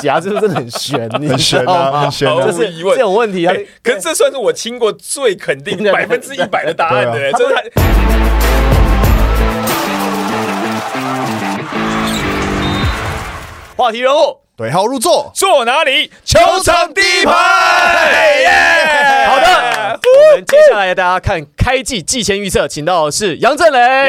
夹就是真的很 悬，你很知悬道啊，吗很？悬就啊毫。无是疑问这种问题，它哎可是这算是我听过最肯定对啊对百分之一百的答案的、对哎这是他话题人物。对号入座，坐哪里？球场第一排。哎耶好的，我们接下来大家看开季季前预测，请到的是杨振耶、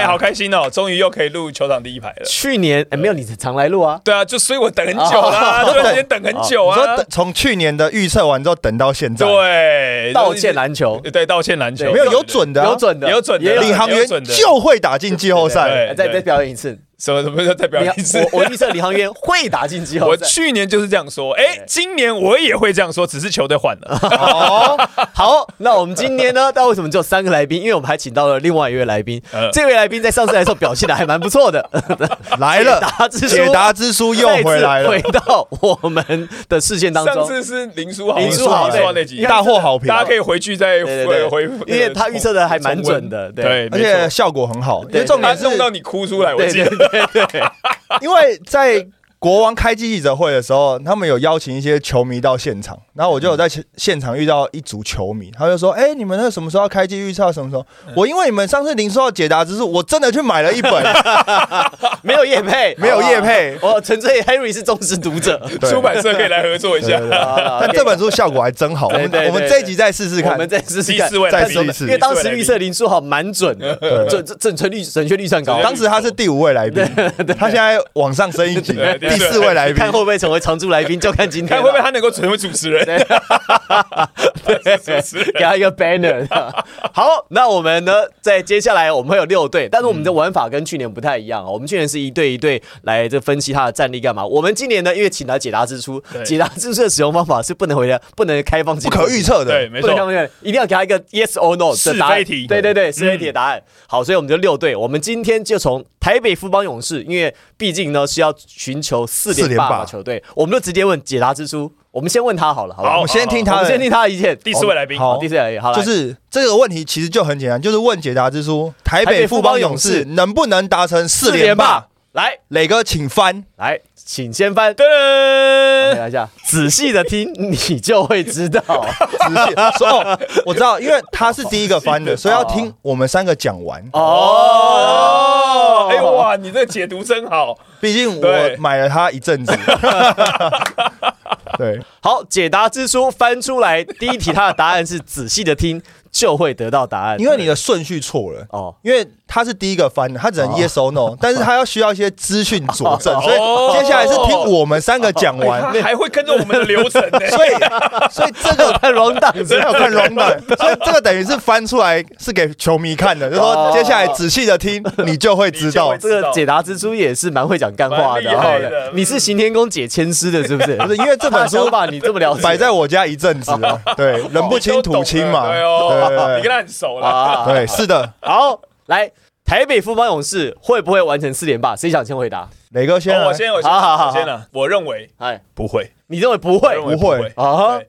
雷。好开心哦，终于又可以录球场第一排了。去年哎，没有你常来录啊，对啊，就所以我等很久 啦，突然间等很久你说啊等。从去年的预测完之后等到现在，，对，道歉篮球对，道歉篮球对没有有准的啊，有准的，也有准的也有对领航有员准的就会打进季后赛对。哎再再表演一次。什么什么叫代表你意思？我我 预测李航员会打进季后我赛。去年就是这样说，哎、今年我也会这样说，只是球队换了。哦， 好，那我们今天呢？ 那为什么只有三个来宾？因为我们还请到了另外一位来宾嗯。这位来宾在上次来的时候表现的还蛮不错的， 来了解答之，书解答之书又回再来了次，回到我们的事件当上中。次是林书豪，林书豪林书豪那集对，大获好评，大家可以回去再对回对回，因为他预测的还蛮准的对对，而没且错效果很好。因为对重他点是，弄到你哭出来，我对记对得。 对对，因为在国王开记者会的时候，他们有邀请一些球迷到现场，然后我就嗯有在现现场遇到一组球迷，他就说：“哎、你们那什么时候要开季预测？什么时候？”嗯我因为你们上次零售解答之术，我真的去买 了一本，啊没有叶配， 没有业配。我哦纯粹 Harry 是忠实读 者。对出版社可以来合作一下对。对对好了但这本书效果还真好，我们对对对我们这一集再试试我看们。再试试 第看四，位再来宾试一次因为当时预测林书豪蛮准 的，准准准确率准确率算高。当时他是第五位来宾，他现在往上升一级，对对第四位来宾看。会不会成为常驻来 宾，就看今天看了。会不 会他能够成为主持人？主持人给他一个 banner。好，那我们呢，在接下来我们会有六队，但是我们嗯的玩法跟去年不太一样哦。我们去年是一队一队来这分析他的战力干嘛？我们今年呢，因为请他解答之出，对解答之出的使用方法是不能回答，不能开放性不可预。测的 对，，没不错能。开放性一定要给他一个 yes or no 的答是非案。题嗯对对对，是非题的答案。好，所以我们就六队，我们今天就从台北富邦勇士，因为毕竟呢是要寻求四四连连霸霸的球队，我们就直接问解答之出。我们先问他好了，好不我好们先听哦我他们的先听他的意见。第四位来宾，好好，第四位来宾好，来就是这个问题其实就很简单，就是问解答之书，台台北北富富邦邦勇勇士士能不能达成四四连连霸霸？，来磊哥，请 翻。来，请先翻，噔，来一下，仔细的听，你就会知 道。仔细说、哦，我知道，因为他是第一个翻 的，所以要听我们三个讲完。哦哦，，哎哇，你这解读真 好。毕竟对我买了他一 阵子。对，好，解答之书翻出来，第一题它的答案是仔细的听就会得到答案，因为你的顺序错了。 哦，因为他是第一个翻的，他只能 yes or no，但是他要需要一些资讯佐证，所哦以接下来是听我们三个讲哎 他完，还会跟着我们的流程 呢。所以所以这个太 wrong 档只次有看 r o n 所以这个等于是翻出来是给球迷看的，就哦说接下来仔细的听，你就会知道你就会。这知个解答之书也是蛮会讲干话的，蛮厉害的嗯哦你是刑天宫解千师的，是不 是？不是因为这这本本书书吧，你这么了解，摆在我家一阵子了，哦对，人不清土清嘛， 对对哦，你对跟对他很熟了。啊。 对，是的，好，来，台北富邦勇士会不会完成四连霸？谁想先回答？磊哥先哦来我，先，我先，好好好我先了。我认为哎，不会，你认为不会？我认为不会会啊对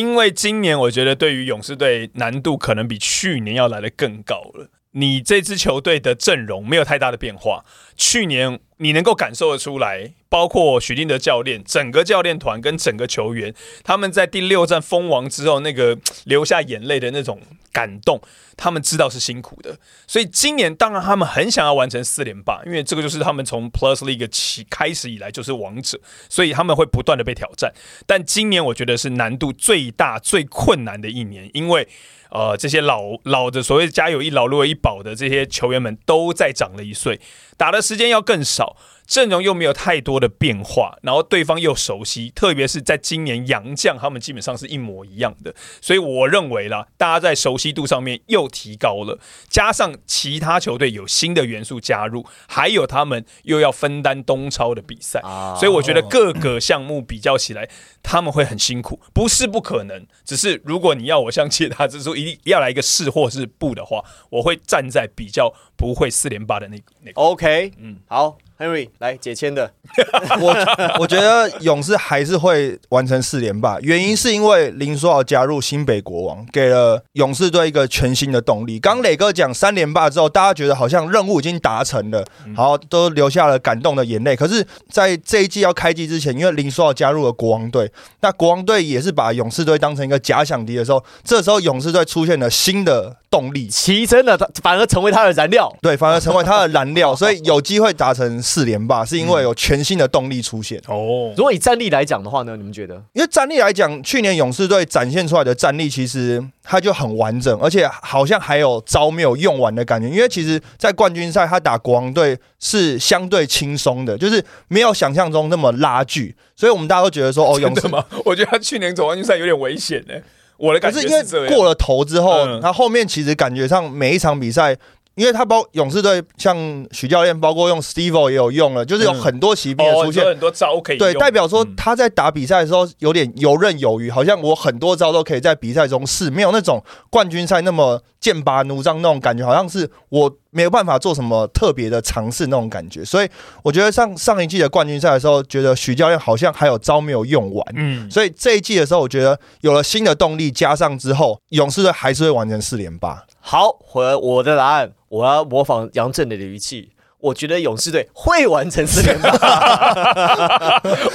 因为今年我觉得对于勇士队难度可能比去年要来的更高了。你这支球队的阵容没有太大的变化，去年你能够感受得出来，包括许定德教练、整个教练团跟整个球员，他们在第六战封王之后，那个流下眼泪的那种感动，他们知道是辛苦的。所以今年当然他们很想要完成四连霸，因为这个就是他们从 Plus League 起开始以来就是王者，所以他们会不断的被挑战。但今年我觉得是难度最大、最困难的一年，因为呃，这些老老的所谓家有一老如有一宝的这些球员们都在长了一岁，打的时间要更少，阵容又没有太多的变化，然后对方又熟悉，特别是在今年洋将他们基本上是一模一样的，所以我认为啦，大家在熟悉度上面又提高了，加上其他球队有新的元素加入，还有他们又要分担东超的比赛，啊所以我觉得各个项目比较起来，他们会很辛苦，不是不可能，只是如果你要我像其他之书一定要来一个是或是不的话，我会站在比较不会四连八的那那个。 OK，嗯，好， Henry 来解签的， 我我觉得勇士还是会完成四连霸，原因是因为林书豪加入新北国王，给了勇士队一个全新的动力。刚磊哥讲三连霸之后，大家觉得好像任务已经达成了，嗯好都留下了感动的眼泪。可是，在这一季要开季之前，因为林书豪加入了国王队，那国王队也是把勇士队当成一个假想敌的时候，这时候勇士队出现了新的动力。提升了他，反而成为他的燃料。对，反而成为他的燃 料，所以有机会达成四连霸，是因嗯为有全新的动力出现。哦，如果以战力来讲的话呢，你们觉得？因为战力来讲，去年勇士队展现出来的战力其实它就很完整，而且好像还有招没有用完的感觉。因为其实，在冠军赛他打国王队是相对轻松的，就是没有想象中那么拉锯，所以我们大家都觉得说，哦，勇士真的吗？ 我觉得他去年走冠军赛有点危险呢、欸我的可感觉是因为这样。过了头之后，嗯他后面其实感觉上每一场比赛，因为他包勇士队像许教练，包括用 Steve 也有用了，就是有嗯很多骑兵的哦，出现有，很多招可以对，用代表说嗯他在打比赛的时候有点游刃有余，好像我很多招都可以在比赛中试，没有那种冠军赛那么剑拔弩张那种感觉，好像是我没有办法做什么特别的尝试那种感觉。所以我觉得上上一季的冠军赛的时候，觉得徐教练好像还有招没有用完。嗯，所以这一季的时候，我觉得有了新的动力，加上之后，勇士队还是会完成四连霸。好，我我的答案，我要模仿杨振磊的语气。我觉得勇士队会完成四连霸，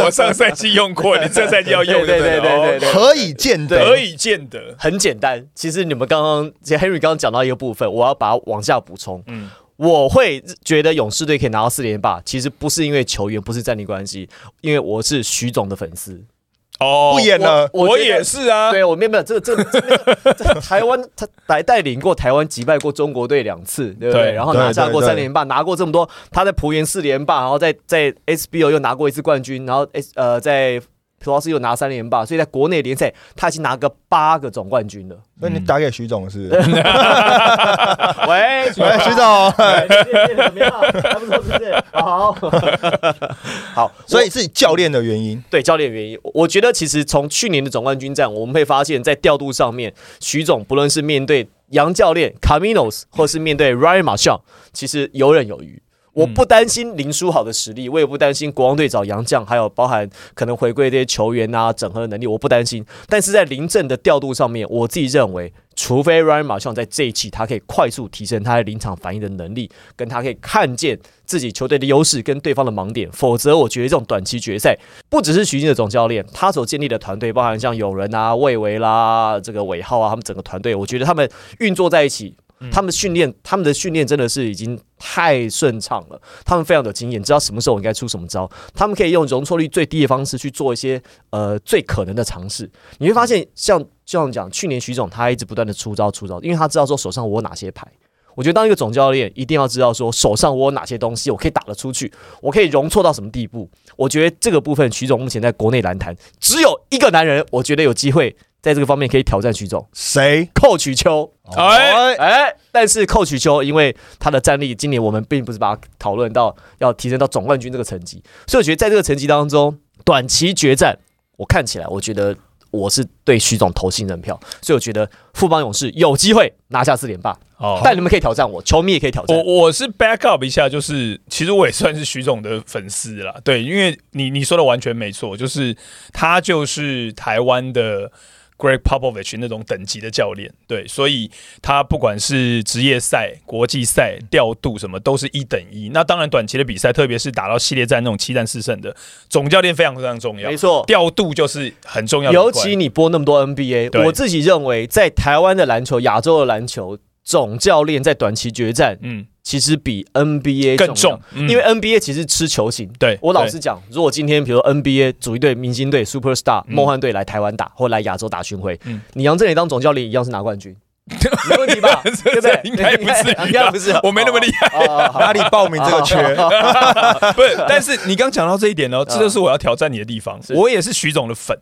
我上赛季用过，你这赛季要用，对对对不对对哦对，何以见得？得以见得。很简单。其实你们刚刚，其实 Henry 刚刚讲到一个部分，我要把它往下补充。嗯，我会觉得勇士队可以拿到四连霸，其实不是因为球员，不是战力关系，因为我是徐总的粉丝。哦不演了我觉我得也是啊。 对，我没有没有这个这个这个这个台湾他来带领过台湾击败过中国队两次，对不对？对然后拿下过三连霸，拿过这么多，他在浦原四连霸，然后在在 SBO 又拿过一次冠军，然后 S 呃在 Plus 又拿三连霸，所以在国内联赛他已经拿个八个总冠军了。所以你打给徐总是不 是？喂，徐喂，哎徐总，哎怎么样？还不错，是不是？好，好，所以是教练的原因。对教练原因，我我觉得其实从去年的总冠军战，我们会发现，在调度上面，徐总不论是面对杨教练 Caminos，或是面对 Ryan 马上，其实游刃有余。我不担心林书豪的实力，我也不担心国王队找杨将，还有包含可能回归这些球员啊、整合的能力，我不担心。但是在临阵的调度上面，我自己认为，除非 Ryan 马上在这一季他可以快速提升他的临场反应的能力，跟他可以看见自己球队的优势跟对方的盲点，否则我觉得这种短期决赛不只是徐静的总教练，他所建立的团队，包含像友人啊、魏维啦、这个韦浩啊，他们整个团队，我觉得他们运作在一起，他们训练，他们的训练真的是已经太顺畅了，他们非常有经验，知道什么时候应该出什么招，他们可以用容错率最低的方式去做一些呃最可能的尝试。你会发现，像这样讲，去年徐总他一直不断的出招出招，因为他知道说手上我有哪些牌。我觉得当一个总教练，一定要知道说手上我有哪些东西，我可以打得出去，我可以容错到什么地步。我觉得这个部分，徐总目前在国内篮坛只有一个男人，我觉得有机会在这个方面可以挑战徐总，谁？寇曲秋。哎，哎，但是寇曲秋，因为他的战力，今年我们并不是把他讨论到要提升到总冠军这个层级，所以我觉得在这个层级当中，短期决战，我看起来我觉得我是对徐总投信任票，所以我觉得富邦勇士有机会拿下四连霸，哦但你们可以挑战我，球迷也可以挑战我。我是 back up 一下，就是其实我也算是徐总的粉丝啦，对，因为你你说的完全没错，就是他就是台湾的 Greg Popovich 那种等级的教练，对，所以他不管是职业赛、国际赛调度什么，都是一等一。那当然，短期的比赛，特别是打到系列战那种七战四胜的，总教练非常非常重要没，错，调度就是很重要的一尤块。其你播那么多 NBA，对我自己认为在台湾的篮球、亚洲的篮球，总教练在短期决战嗯其实比 NBA 更重要重，，嗯因为 NBA 其实吃球星。对我老对实讲，如果今天比如说 NBA 组一队明星队、Super Star、嗯梦幻队来台湾打，或来亚洲打巡回嗯，你杨振磊当总教练一样是拿冠军，没问题 吧？对不对？应该不至于 吧应该不是， 我没那么厉害。哦哦好 哪里报名这个缺？ 不是，但是你刚讲到这一点哦，这就是我要挑战你的地方。是我也是徐总的粉，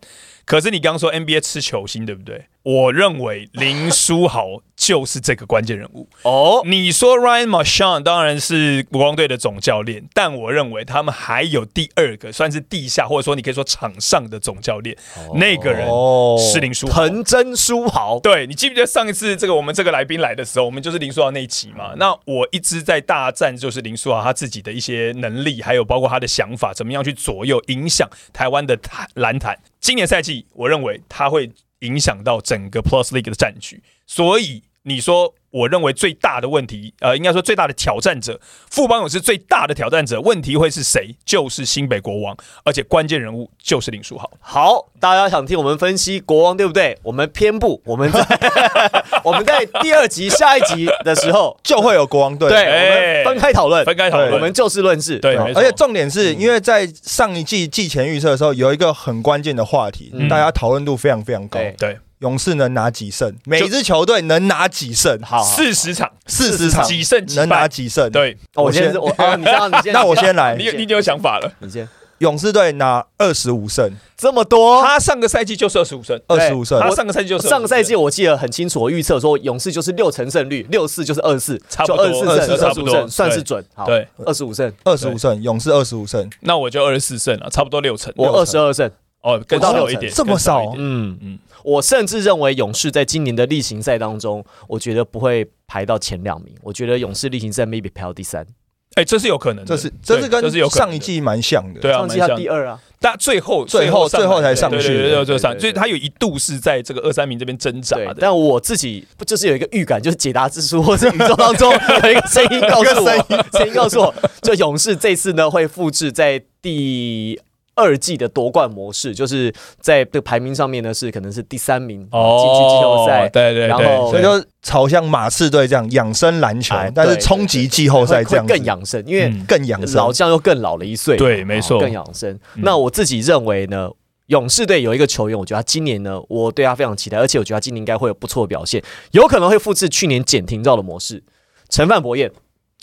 可是你刚说 NBA 吃球星，对不对？我认为林书豪就是这个关键人物。哦，你说 Ryan Marchand 当然是国王队的总教练，但我认为他们还有第二个，算是地下或者说你可以说场上的总教练，那个人哦是林书豪。藤真书豪，对你记不记得上一次这个我们这个来宾来的时候，我们就是林书豪那一集嘛？嗯那我一直在大战，就是林书豪他自己的一些能力，还有包括他的想法，怎么样去左右影响台湾的坛篮坛。今年赛季，我认为他会影响到整个 Plus League 的战局，所以你说。我认为最大的问题，呃，应该说最大的挑战者，富邦勇士最大的挑战者，问题会是谁？就是新北国王，而且关键人物就是林书豪。好，大家想听我们分析国王对不对？我们偏不，我们在 我们在第二集下一集的时候，就会有国王队。对，哎我们分开讨论，分开讨论我们就事论事。对，对没错而且重点是因为在上一季季前预测的时候，有一个很关键的话题，嗯大家讨论度非常非常高。对对勇士能拿几胜？每一支球队能拿几胜？好，好四十场四十场几胜几败能拿几胜？，对，哦我先，我啊，你这样，你 先，那我先来你有你已经有想法了。你先，勇士队拿二十五胜，这么多。他上个赛季就是二十五胜，二哦对十五胜。他上个赛季就是25上个赛季我记得很清楚，我预测说勇士就是六成胜率，六四就是二四，差就不多二四胜，24差二十不多五胜算对是准。好，对，二十五胜，二十五胜，勇士二十五胜，那我就二十四胜了，差不多六成。我六二成十二胜。哦，更不到少六一成点，这么更少一少点。嗯嗯嗯，我甚至认为勇士在今年的例行赛当中，我觉得不会排到前两名。我觉得勇士例行赛 maybe 排到第三，哎，这是有可能的，这是这是对这是有跟可能的上一季蛮像的。对啊，上蛮季他像第的。二啊，但最后最后上来最后才对上去对对对对，最后上，对对对所以他有一度是在这个二三名这边挣扎对。的。但我自己不就是有一个预感，就是解答之书或者宇宙当中有一个声音告诉我，声音告诉我，就勇士这次呢会复制在第。二季的夺冠模式，就是在这个排名上面呢，是可能是第三名进去季后赛，哦对对对，然后所以就朝向马刺队这样养生篮球哎，但是对冲击季后赛会这样会子更养生，因为嗯更养生老。将又更老了一岁嘛，对没错嗯哦更养生。那我自己认为呢，勇士队有一个球员，我觉得他今年呢，我对他非常期待，而且我觉得他今年应该会有不错的表现，有可能会复制去年简廷照的模式。陈范博彦，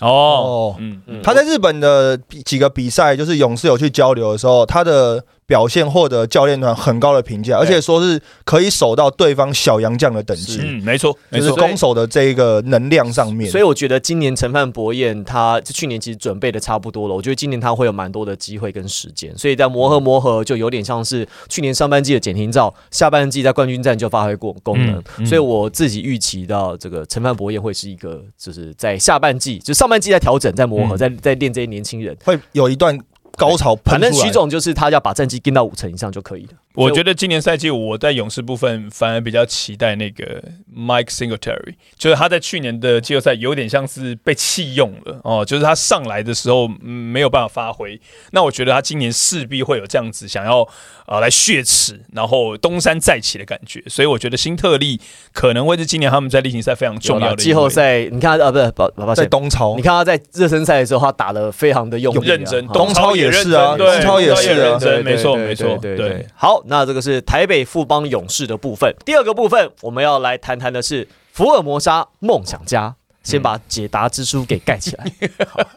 哦哦，嗯，嗯他在日本的比几个比赛，就是勇士有去交流的时候，他的表现获得教练团很高的评价，而且说是可以守到对方小洋将的等级，嗯，没错，没就是错，攻守的这一个能量上面。所以我觉得今年陈范博彦他就去年其实准备的差不多了，我觉得今年他会有蛮多的机会跟时间，所以在磨合磨合就有点像是去年上半季的简廷照，下半季在冠军战就发挥过功能，嗯嗯所以我自己预期到这个陈范博彦会是一个就是在下半季就上半季在调整在磨合、嗯在在练这些年轻人，会有一段高潮喷反出来。正徐总就是他要把战绩跟到五成以上就可以了。我觉得今年赛季我在勇士部分反而比较期待那个 Mike Singletary，就是他在去年的季后赛有点像是被弃用了哦，就是他上来的时候、嗯没有办法发挥。那我觉得他今年势必会有这样子想要呃来血耻，然后东山再起的感觉。所以我觉得新特利可能会是今年他们在例行赛非常重有要啦的季后赛，你看他啊，不是，抱抱在歉，东超你，看他在热身赛的时候，他打的非常的用力啊、认真，好东超也是啊东东超超也也认真是啊对认真，对对没错对没错，对对对。好，那这个是台北富邦勇士的部分。第二个部分，我们要来谈谈的是福尔摩沙梦想家。先把解答之书给盖起来，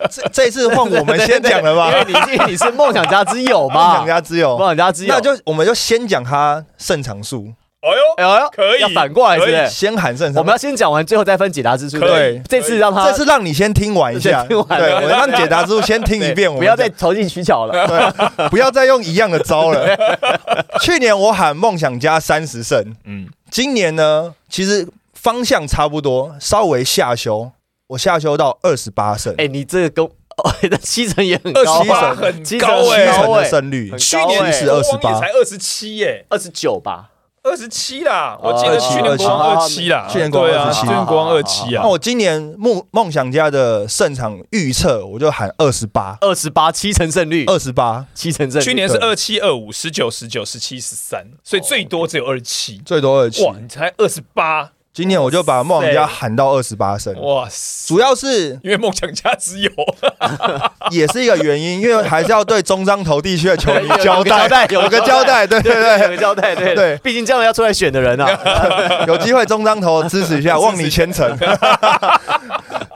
这这一次换我们先讲了吧因为。你因为你是梦想家之友 梦嘛想，家之梦友，想家之友，那就我们就先讲他胜场数，哎呦，哎呦，可以要反过来是不可是？先喊胜场。我们要先讲完，最后再分解答之书。可以这次让他这次让你先听完一下，先听完对，我让解答之后先听对一遍，我们不要再投进取巧 了。对，不要再用一样的招了。去年我喊梦想家三十胜，嗯，今年呢，其实方向差不多，稍微下修，我下修到二十八胜，哎，你这个跟哦，那七成也很二高十八啊，很七成高七哎、成的欸胜率很。去年是国王28也才二十七耶，二十九吧。二十七啦，哦我记得去年国王二七啦，去年国王对啊27去年国王二七啊那。我今年梦梦想家的胜场预测，我就喊二十八，二十八七成胜率，二十八七成胜率。去年是对二七二五十九十九十七十三，所以最多只有二七。最多二七。哇，你才二十八，今年我就把梦想家喊到二十八胜，哇塞！嗯主要是因为梦想家只有也是一个原因，因为还是要对中彰投地区的球迷交代， 有有个个交交代代，对对有对个交代，对对毕竟将来要出来选的人啊， 有机会中彰投 支持一下，望你前程。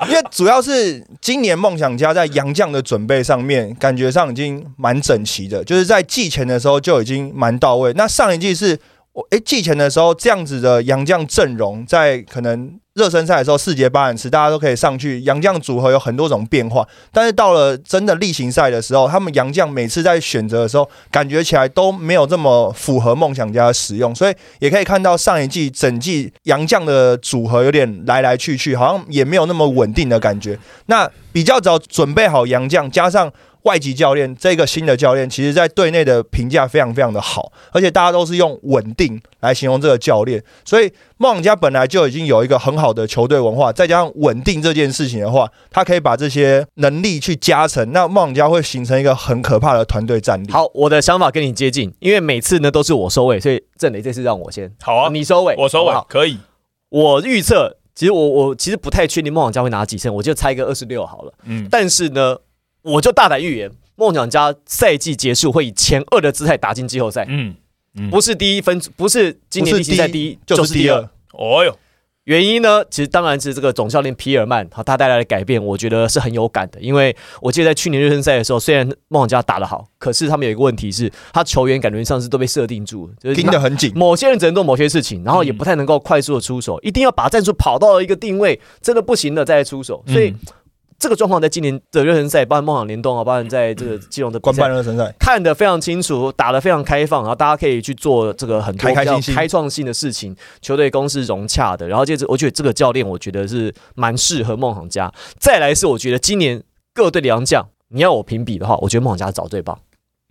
因为主要是今年梦想家在洋将的准备上面，感觉上已经蛮整齐的，就是在季前的时候就已经蛮到位。那上一季是我哎季前的时候，这样子的洋将阵容，在可能热身赛的时候四节八人次，大家都可以上去。洋将组合有很多种变化，但是到了真的例行赛的时候，他们洋将每次在选择的时候，感觉起来都没有这么符合梦想家的使用，所以也可以看到上一季整季洋将的组合有点来来去去，好像也没有那么稳定的感觉。那比较早准备好洋将，加上外籍教练这个新的教练，其实在队内的评价非常非常的好，而且大家都是用稳定来形容这个教练。所以梦想家本来就已经有一个很好的球队文化，再加上稳定这件事情的话，他可以把这些能力去加成，那梦想家会形成一个很可怕的团队战力。好，我的想法跟你接近，因为每次呢都是我收尾，所以郑磊这次让我先，好啊，你收尾，我收好尾不好可以，我预测，其实我我其实不太确定梦想家会拿几胜，我就猜个二十六好了。嗯，但是呢，我就大胆预言，梦想家赛季结束会以前二的姿态打进季后赛，嗯，不是第一分组，不是今年不例行是第赛一第一，就就是是第第二二。哦哟，原因呢，其实当然是这个总教练皮尔曼他他带来的改变，我觉得是很有感的。因为我记得在去年热身赛的时候，虽然梦想家打得好，可是他们有一个问题是，他球员感觉上是都被设定住了，就是盯得很紧。某些人只能做某些事情，然后也不太能够快速的出手，一定要把战术跑到一个定位，真的不行了再来出手。所以嗯这个状况在今年的热身赛，包含梦想联动啊，包含在这个基隆的比官赛办热身赛，看得非常清楚，打得非常开放，然后大家可以去做这个很多开开比较心心开创性的事情，球队公司融洽的。然后接着，我觉得这个教练我觉得是蛮适合梦想家。再来是我觉得今年各队的洋将，你要我评比的话，我觉得梦想家找最棒，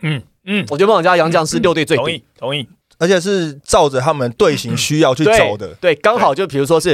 嗯嗯，我觉得梦想家洋将是六队 最顶同意同意，而且是照着他们队嗯形需要去对走的。对，刚好就比如说是，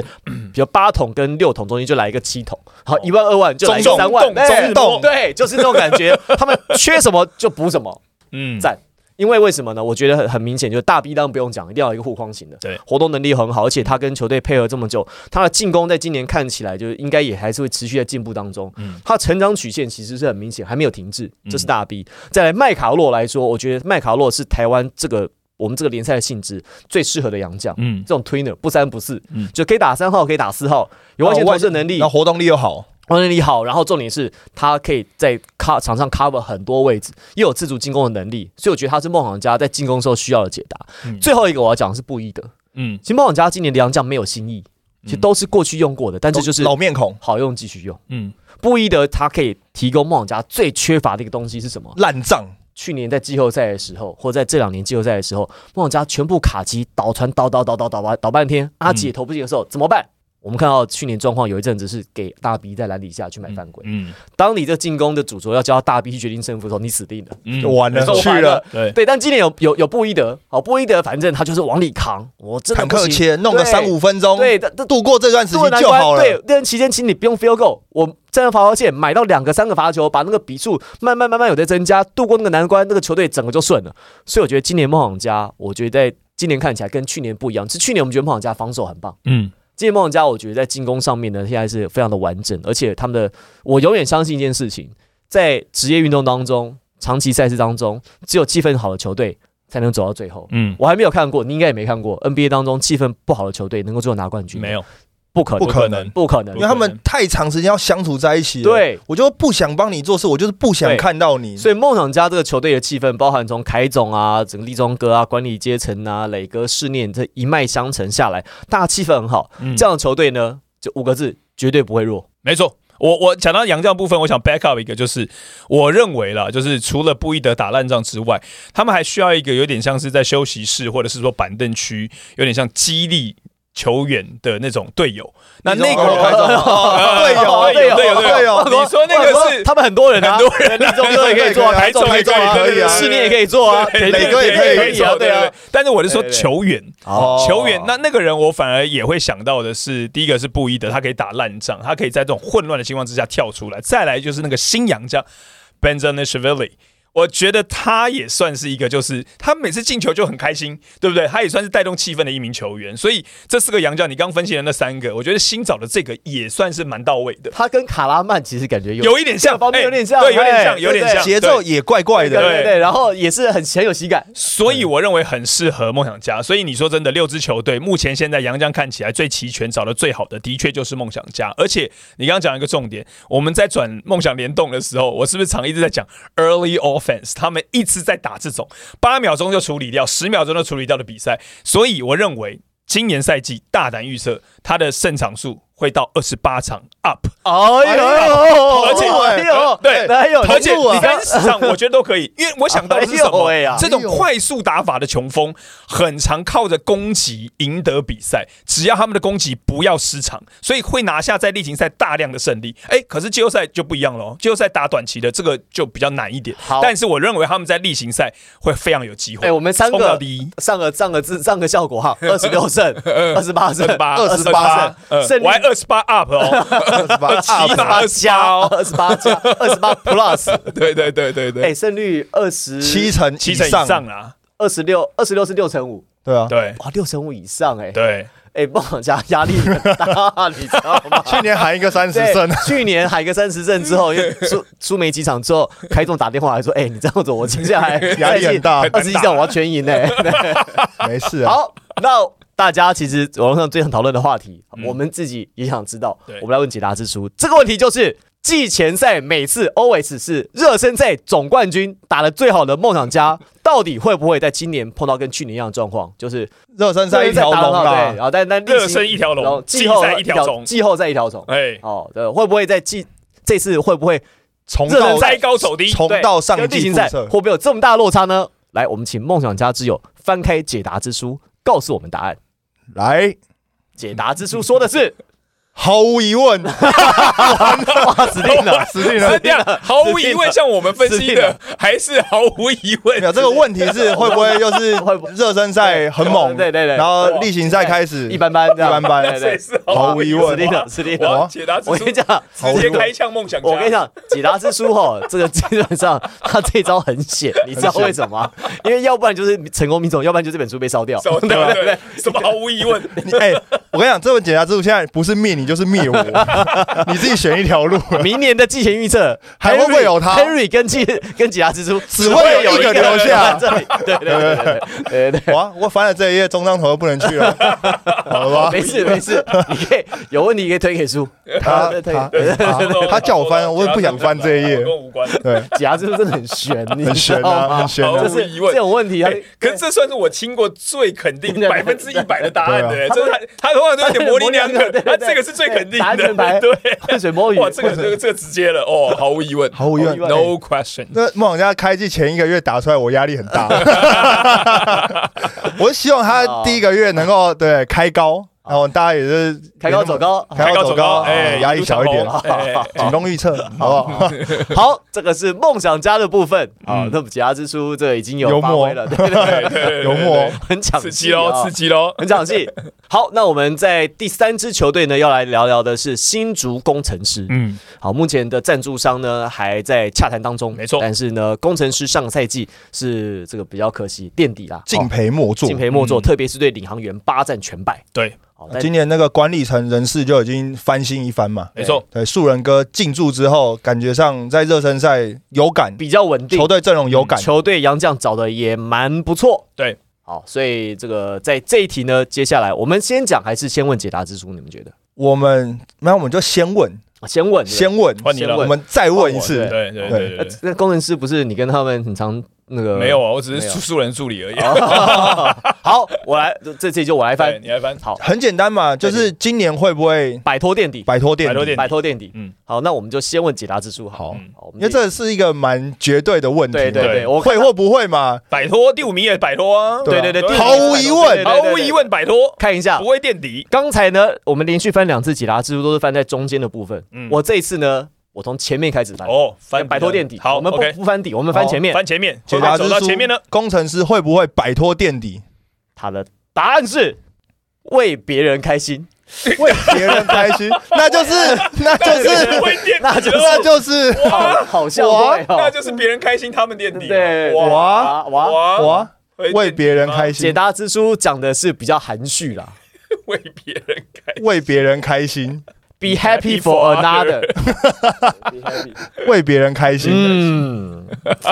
比如八桶跟六桶中间就来一个七桶，好哦一万二万就来一个中三万，洞中哎洞对，就是那种感觉，他们缺什么就补什么，嗯，赞因为为什么呢？我觉得很很明显，就是大 B 当然不用讲，一定要有一个护框型的，对，活动能力很好，而且他跟球队配合这么久，他的进攻在今年看起来就是应该也还是会持续在进步当中，嗯他成长曲线其实是很明显，还没有停滞，这是大 B。再来麦卡洛来说，我觉得麦卡洛是台湾这个我们这个联赛的性质最适合的洋将，嗯这种推呢不三不四，嗯哦就可以打三号，可以打四号，有外线投射能力，然后活动力又好，外线能力哦好，然后重点是他可以在卡场上 cover 很多位置，又有自主进攻的能力，所以我觉得他是梦想家在进攻时候需要的解答。嗯最后一个我要讲的是布伊德，嗯其实梦想家今年的洋将没有新意，其实都是过去用过的，但这就是老面孔、好用继续用。嗯布伊德他可以提供梦想家最缺乏的一个东西是什么？烂账，去年在季后赛的时候，或者在这两年季后赛的时候，梦想家全部卡机倒传倒倒倒倒倒倒倒半天，阿嗯吉也投不进的时候、怎么办？我们看到去年状况有一阵子是给大 B 在篮底下去买犯规。嗯当你这进攻的主轴要交大 B 去决定胜负的时候，你死定了。嗯就完了没错我去完了，对，对，但今年有有有布伊德，好布伊德，反正他就是往里扛，我真的坦不克行。切弄个对三五分钟，对，但但度过这段时渡期难就好关，了。对，那段期间，请你不用 feel go，我站在罚球线买到两个、三个罚球，把那个比数慢慢慢慢有在增加，度过那个难关，那个球队整个就顺了。所以我觉得今年梦想家，我觉得在今年看起来跟去年不一样，是去年我们觉得梦想家防守很棒。嗯今年梦想家，我觉得在进攻上面呢，现在是非常的完整，而且他们的，我永远相信一件事情，在职业运动当中、长期赛事当中，只有气氛好的球队才能走到最后。嗯，我还没有看过，你应该也没看过 NBA 当中气氛不好的球队能够最后拿冠军，没有，不可能，不可能不可能因为。他们太长时间要相处在一起，，对，我就不想帮你做事，我就是不想对看到你。所以梦想家这个球队的气氛，包含从凯总啊、整个立中哥啊、管理阶层啊、磊哥、试念这一脉相承下来，大家气氛很好。嗯这样的球队呢，就五个字，绝对不会弱。没错。我我讲到洋将部分，我想 back up 一个，就是我认为啦，就是除了布伊德打烂仗之外，他们还需要一个有点像是在休息室或者是说板凳区，有点像激励球员的那种队友。那那哦个呃开 动哦队友，队队友友队友队友队友，你说那个是他们很多人啊，很多人， 立中哥也可以做啊，对凯台总中也也可以可台以中也可以做啊啊，试念也可以做啊，对磊哥也可以可以啊，对啊。但是我是说对对对球员，哦球员，那那个人我反而也会想到的是，第一个是布伊德，他可以打烂仗，他可以在这种混乱的情况之下跳出来。再来就是那个新洋将 Benjamin s h v i l i 我觉得他也算是一个，就是他每次进球就很开心，对不对？他也算是带动气氛的一名球员。所以这四个洋将，你刚分析的那三个，我觉得新找的这个也算是蛮到位的，他跟卡拉曼其实感觉有有一点像，方面哎有点像对，有哎点像，有点像节奏也怪 怪对的，对对，然后也是很很有喜感，所以我认为很适合梦想家。所以你说真的，六支球队目前现在杨将看起来最齐全、找的最好的，的确就是梦想家。而且你刚刚讲一个重点，我们在转梦想联动的时候，我是不是常一直在讲 early fans，他们一直在打这种八秒钟就处理掉、十秒钟就处理掉的比赛，所以我认为今年赛季大胆预测他的胜场数会到二十八场 up，哎呦，而且哎呦，对哪 有而且难度啊你看史上，我觉得都可以，因为我想到的是什 么？哎呦喂啊这种快速打法的穷锋，很常靠着攻击赢得比赛，只要他们的攻击不要失常，所以会拿下在例行赛大量的胜利。哎，可是季后赛就不一样了哦，季后赛打短期的这个就比较难一点好。 但是我认为他们在例行赛会非常有机会。哎，我们三冲到个第一。上个上个字上个效 果哈，二十六胜，嗯二十八胜，八呃呃二十八胜，胜我还率二十八 up 哦， 二十啊八加，二十八 加，二十八 plus，对对对对对，哎，胜率二十七成七成以上，上啦，二十六，二十六是六成五，对啊。对哇，六成五以上哎，对，哎，梦想家压力很大， 你知道吗？去年喊一个三十对，胜，啊去年海个三十胜之后，因为输输没几场之后，开总打电话来说：“哎、你这样子，我接下来 压力很大二十一仗我要全 赢呢、对没事啊。好，那大家其实网络上最想讨论的话题，嗯我们自己也想知道对。我们来问解答之书这个问题就是。季前赛每次 always 是热身赛总冠军打得最好的梦想家，到底会不会在今年碰到跟去年一样的状况？就是热身赛一条热身赛打得龙啊很好对，啦然，后但但例行热身一条龙然后季后季赛一条虫季后赛一条虫。哎，哦，对，会不会在季这次会不会重热到身摘高手低，重对到上一跟例季行复赛测会，不会有这么大的落差呢？来，我们请梦想家之友翻开解答之书，告诉我们答案。来，解答之书说的是，毫无疑问， 哇，死定 了！死定 是了。这样，毫无疑问，像我们分析死定的，还是毫无疑问没。有这个问题 是会不会又会不是热身赛很猛，对对对然后例行赛开始一般般，这样一般对般对这 是对， 毫无疑问死定了，死定我要了！解答之我书跟你讲，毫无直疑接问开枪梦想家。我跟你，讲，解答之书哈，这个基本上他这招很险，你知道为什么吗？因为要不然就是成功民众，要不然就这本书被烧掉。什么对对对，什么毫无疑问？你哎、我跟你啊讲，这份解答之路现在不是灭你就是灭我， 你自己选一条路， 明年的季前预测还会不会有他 Henry 跟季跟解答之书只会有一个留下在。这里，对对对对对对 对。哇，我翻了这一页，中章头不能去 了，好了吧没？事没 事，你可以有问题可以推给书。他 对对他对他啊他叫我翻，我也不想翻这一页跟。我无关。对，解答之书真的很悬，你很知悬道啊，吗很？悬好啊就。毫无是疑问这种问题，他哎可是这算是我听过最肯定对对百分之一百的答案的对，这是他他通常都有点模棱两对可对，他对这个是最肯定答案的全白， 对，浑水摸鱼。哇，这个这个这个直接了哦，毫无疑问，毫无疑问毫无疑问，no question。 那梦想家开季前一个月打出来，我压力很大。 我希望他第一个月能够对开高，然后大家也是哦开高走，哦高。开高走高，哎，压力小一点，哎，主动预测， 好不哦好？好，这个是梦想家的部分。好，那么解答之书这已经有嗯幽发默哦挥了，对对对，幽默，很 抢刺激戏啊喽，刺激喽。 很抢戏。好，那我们在第三支球队呢，要来聊聊的是新竹工程师。嗯，好，目前的赞助商呢还在洽谈当中，没错但是呢，工程师上个赛季是这个比较可惜垫底啦，敬哦陪末座敬。陪末座，嗯哎特别是对领航员八战全败。 对，好，但今年那个管理层人事就已经翻新一番嘛。没错，对，素人哥进驻之后，感觉上在热身赛有感，比较稳定，嗯球队阵容有感。球队杨将找的也蛮不错。对，好，所以这个在这一题呢，接下来我们先讲还是先问解答之书？你们觉得？我们那我们就先问，啊先问，先问，换你了我。们再问一换次我。对对对呃对，那工程师不是你跟他们很常那个没有？啊，我只没是有素素人助理而已。 好，我来，这这题就我来对，翻。你来翻。好，很简单嘛，就是今年会不会摆脱垫底，摆脱垫摆脱底？垫摆脱垫底。嗯嗯，好，那我们就先问解答之书。好嗯，好，因为这是一个蛮绝对的问题嘛。对对对，对我会或不会嘛？摆脱第五名也摆脱啊，对对啊对对，对第一毫无疑问对对对毫对无疑问摆脱，看一下不，会垫底。刚才呢，我们连续翻两次解答之书，都是翻在中间的部分。嗯我这一次呢，我从前面开始翻，哦，翻摆脱垫底。好，我们 o k 不不翻底，我们翻前面。翻前面，解答走之到书，前 面呢？工程师会不会摆脱垫底，他的答案是为别人开心，为别人开心？那就是，那就是，会垫底了，那就是 那就是好好笑哇会那哦。就是别人开心，他们垫底了。啊对，哇哇！哇我会 为别人开解心，答之书讲的是比较含蓄啦，为别人开心，为别人开心， Be happy for another。为别人开 心。嗯，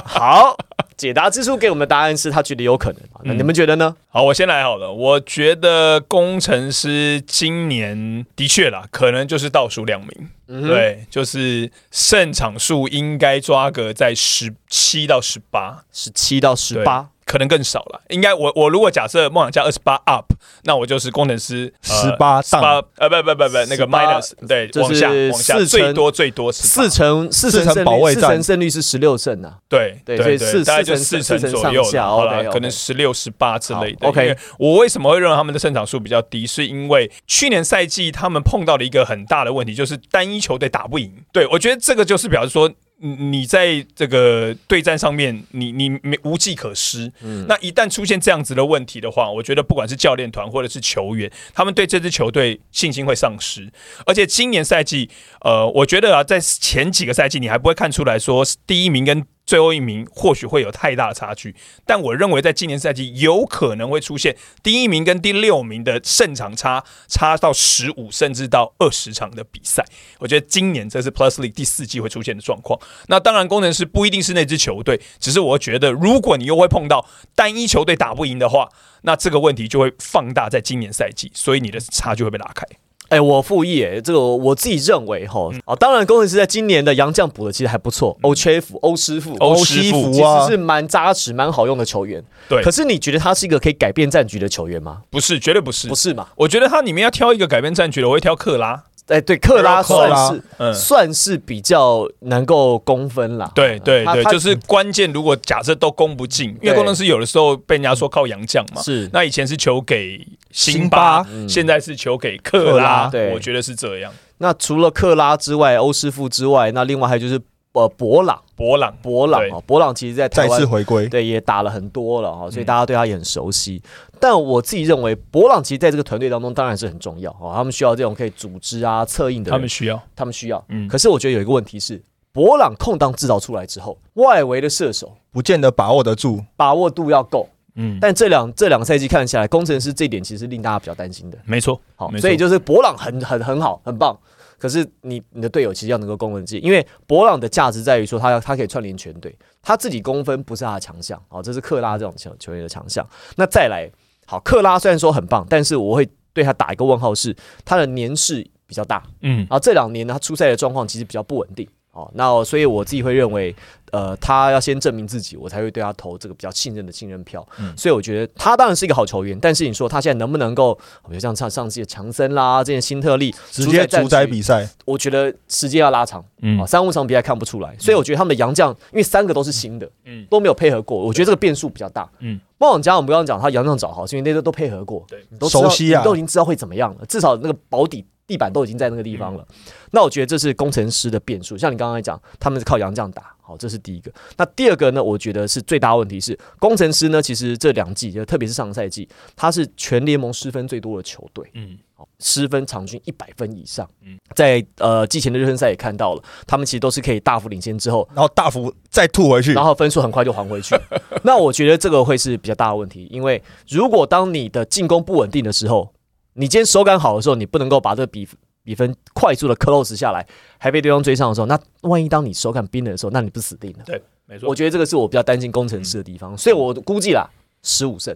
好，解答之初给我们的答案是他觉得有可能，那你们觉得呢？好，我先来好了。我觉得工程师今年的确啦，可能就是倒数两名，嗯对，就是胜场数应该抓个在十七到十八，十七到十对八，可能更少了。应该我我如果假设梦想家二十八 up，那我就是工程师18十八呃不不不不那18个 minus 对，就是往下往下四乘最多最多18四成四成四成胜率保卫四战成胜率是十六胜啊。对对所以四大概就四四成成四成左右上下好了 OK，OK 可能十六、十八之类的。好，OK 因为我为什么会认为他们的胜场数比较低，是因为去年赛季他们碰到了一个很大的问题，就是单一球队打不赢。对我觉得这个就是表示说。嗯你你在这个对战上面，你你没无计可施。嗯那一旦出现这样子的问题的话，我觉得不管是教练团或者是球员，他们对这支球队信心会丧失。而且今年赛季，呃，我觉得啊，在前几个赛季你还不会看出来说第一名跟最后一名或许会有太大的差距，但我认为在今年赛季有可能会出现第一名跟第六名的胜场差差到十五甚至到二十场的比赛。我觉得今年这是 Plus League 第四季会出现的状况。那当然，工程师不一定是那支球队，只是我觉得如果你又会碰到单一球队打不赢的话，那这个问题就会放大在今年赛季，所以你的差距会被拉开。哎、我复议、哎，这个我我自己认为哈，啊，当然工程师在今年的洋将补的其实还不错，欧切夫、欧师傅、欧师傅其啊实是蛮扎实、蛮好用的球员。对可是你觉得他是一个可以改变战局的球员吗？不是，绝对不是不。是嘛？我觉得他里面要挑一个改变战局的，我会挑克拉。哎、对，克拉克算拉是嗯算是比较能够攻分啦。对对他对，他嗯就是关键。如果假设都攻不进，因对为工程师有的时候被人家说靠洋将嘛，是嗯那以前是球给辛辛巴巴，现在是球给克克拉拉，对我觉得是这样。那除了克拉之外，欧师傅之外，那另外还有就是呃博朗，博朗，博朗对啊，博朗其实在台再湾次回归，对，也打了很多了哦哈，所以嗯大家对他也很熟悉。但我自己认为，博朗其实在这个团队当中当然是很重要哦，他们需要这种可以组织啊、策应的人，他们需要他们需要。嗯可是我觉得有一个问题是，博朗空档制造出来之后，外围的射手不见得把握得住。把握度要够。嗯，但这两这两个赛季看起来，工程师这一点其实令大家比较担心的。没错，好，没错所以就是博朗很很很好，很棒。可是你你的队友其实要能够攻得进，因为博朗的价值在于说他要他可以串联全队，他自己攻分不是他的强项，好，这是克拉这种球球员的强项。那再来，好，克拉虽然说很棒，但是我会对他打一个问号是，他的年事比较大，嗯然后这两年呢他出赛的状况其实比较不稳定。哦，那所以我自己会认为，呃，他要先证明自己，我才会对他投这个比较信任的信任票。嗯所以我觉得他当然是一个好球员，但是你说他现在能不能够，哦比如像上上季的强森啦，这些新特利直接主宰，战局比赛，我觉得时间要拉长啊，嗯三五场比赛看不出来，所以我觉得他们的洋将，因为三个都是新的，嗯都没有配合过，我觉得这个变数比较大。嗯，孟想家我们刚刚讲他洋将找好，是因为那些都配合过，对你都知道熟悉啊你都已经知道会怎么样了，至少那个保底地板都已经在那个地方了。那我觉得这是工程师的变数，像你刚刚讲，他们是靠洋将打，好，这是第一个。那第二个呢，我觉得是最大问题是工程师呢，其实这两季，特别是上赛季，他是全联盟失分最多的球队。嗯，失分场均一百分以上，在呃季前的热身赛也看到了，他们其实都是可以大幅领先之后，然后大幅再吐回去然。后分数很快就还回去。那我觉得这个会是比较大的问题，因为如果当你的进攻不稳定的时候，你今天手感好的时候，你不能够把这个比比分快速的 close 下来，还被对方追上的时候，那万一当你手感冰冷的时候，那你不死定了？对，没错我。觉得这个是我比较担心工程师的地方，所以我估计啦，十五胜。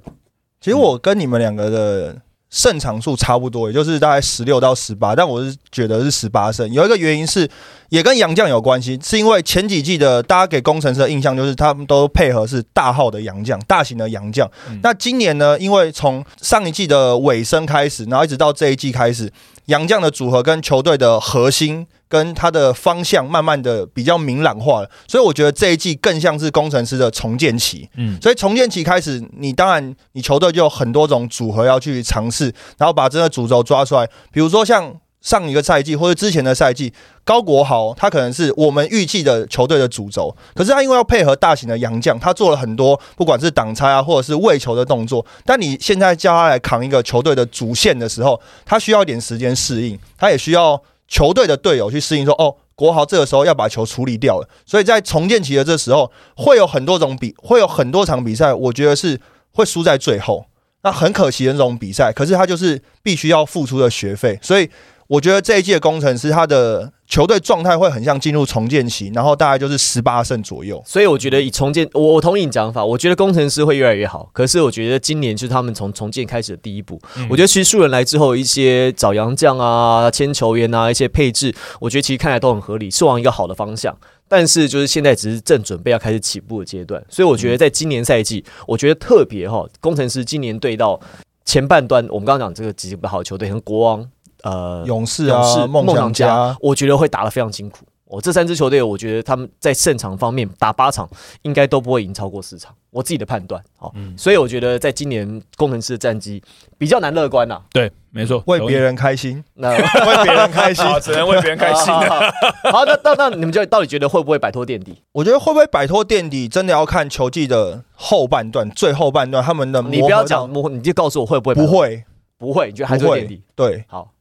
其实我跟你们两个的胜场数差不多，也就是大概十六到十八，但我是觉得是十八胜。有一个原因是也跟杨将有关系，是因为前几季的大家给工程师的印象就是他们都配合是大号的洋将、大型的洋将。嗯那今年呢，因为从上一季的尾声开始，然后一直到这一季开始，洋将的组合跟球队的核心。跟他的方向慢慢的比较明朗化了，所以我觉得这一季更像是工程师的重建期。嗯所以重建期开始，你当然你球队就有很多种组合要去尝试，然后把真的主轴抓出来。比如说像上一个赛季或者之前的赛季，高国豪他可能是我们预计的球队的主轴，可是他因为要配合大型的洋将，他做了很多不管是挡拆啊或者是喂球的动作。但你现在叫他来扛一个球队的主线的时候，他需要一点时间适应，他也需要球队的队友去适应说哦。国豪这个时候要把球处理掉了，所以在重建期的这时候，会有很多种比，会有很多场比赛，我觉得是会输在最后。那很可惜的那种比赛，可是他就是必须要付出的学费，所以我觉得这一届工程师他的球队状态会很像进入重建期，然后大概就是十八胜左右。所以我觉得以重建，我我同意你讲法，我觉得工程师会越来越好。可是我觉得今年就是他们从重建开始的第一步。嗯我觉得其实素人来之后，一些找洋将啊、签球员啊、一些配置，我觉得其实看起来都很合理，是往一个好的方向。但是就是现在只是正准备要开始起步的阶段，所以我觉得在今年赛季，我觉得特别哈，工程师今年对到前半段，我们刚刚讲这个几个好球队，像国王、呃、勇士勇啊，士、梦想家，我觉得会打得非常辛苦。我、这三支球队，我觉得他们在胜场方面打八场，应该都不会赢超过四场，我自己的判断。好、所以我觉得在今年工程师的战绩比较难乐观呐、对，没错，为别人开心，那为别人 开心。好，只能为别 人开心好了。好好好那那那你们就到底觉得会不会摆脱垫底？我觉得会不会摆脱垫底，真的要看球季的后半段，最后半段他们的磨合你不要讲模糊，你就告诉我会不会摆啊不脱会，不会，你觉得还是不会垫会底？，对，好，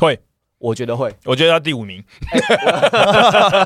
会，我觉得会。 我觉得要第五名。我觉得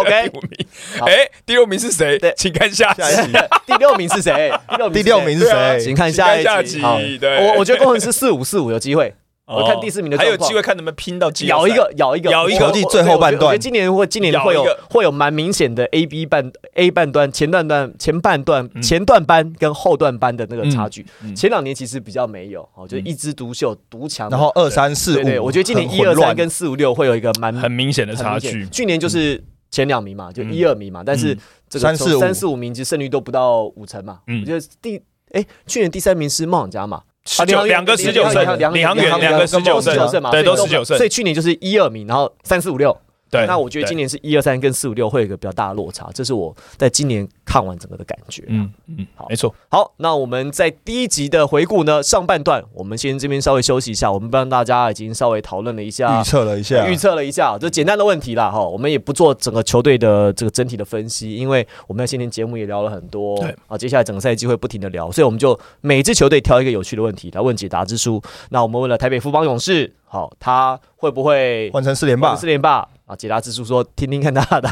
OK 第五名。好哎，第六名是谁对？请看下下一集。集第六名是谁？第第六六名名是对啊谁？请谁？看下下一集集。好，对我我觉得工程师四五四五有机会，哦我看第四名的还有状况机会看能不能拼到季后咬赛一。个，咬一个，咬一个我球季我最后对我半觉得段我觉得今年会，今年咬会一有个会有蛮明显的 A B 半 A 半段前段段前半段嗯前段班跟后段班的那个差距嗯嗯。前两年其实比较没有，哦，就是嗯一枝独秀、独强。然后二三四对对，五，我觉得今年很一混二三乱跟四五六会有一个蛮很明显的很差明显距。去年就是前两名嘛，就嗯一二名嘛，但是这个三四五三四五名其实胜率都不到五成嘛。嗯我觉得第哎去年第三名是梦想家嘛，十啊九两两个十九两个胜，领航两员个两个十跟九梦想胜嘛，，对，所都以十九胜所。以去年就是一二名，然后三四五六。对，那我觉得今年，年是一二三跟四五六会有一个比较大的落差，这是我在今年看完整个的感觉。嗯嗯，好没错，好，那我们在第一集的回顾呢，上半段我们先这边稍微休息一下，我们帮大家已经稍微讨论了一下预测了一下，啊预测了一下，这简单的问题啦哈，我们也不做整个球队的这个整体的分析，因为我们在先前节目也聊了很多对，啊，接下来整个赛季会不停的聊，所以我们就每支球队挑一个有趣的问题来问解答之书。那我们问了台北富邦勇士，好，他会不会换成四连换霸四，连霸啊？解答之书说听听看他 的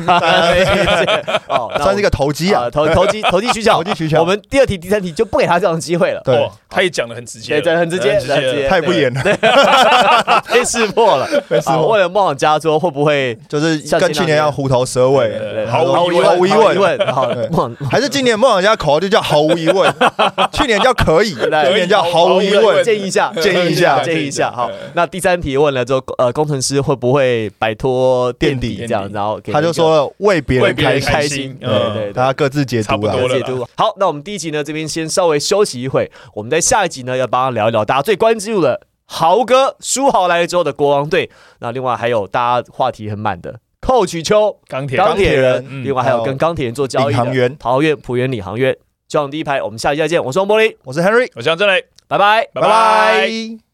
哦，那我算是一个投机啊啊，投投机投机取巧， 投机取巧我们第二题、第三题就不给他这样的机会 了。对哇，他也讲的很直对，接了，真的很直接，很直接，太不严了，对，被识破了。被识啊破为了梦想家说会不会就是跟去年一样虎头蛇对对尾，对毫无毫无疑问毫无疑毫无疑问，好对，忘还是今年梦想家口号就叫毫无疑问，去年叫可以，来今年叫毫无疑毫无疑问问。建议一下，建议一下建议一下。好对，那第三题问了之后，呃，工程师会不会摆脱垫底垫这底样？然后给他就说了为别为人别开人心，开心心，对嗯对对。大家各自解差读啊不了多。了解读好，那我们第一集呢，这边先稍微休息一会，我们在下一集呢要帮他聊一聊大家最关注的豪哥舒豪来了之后的国王队，那另外还有大家话题很满的寇曲秋钢铁钢铁人人，嗯另外还有跟钢铁人做交易领航的员桃园浦原领航员，就往第一排，我们下期再见，我是王柏林，我是 Henry，我想这里，拜拜，拜拜。拜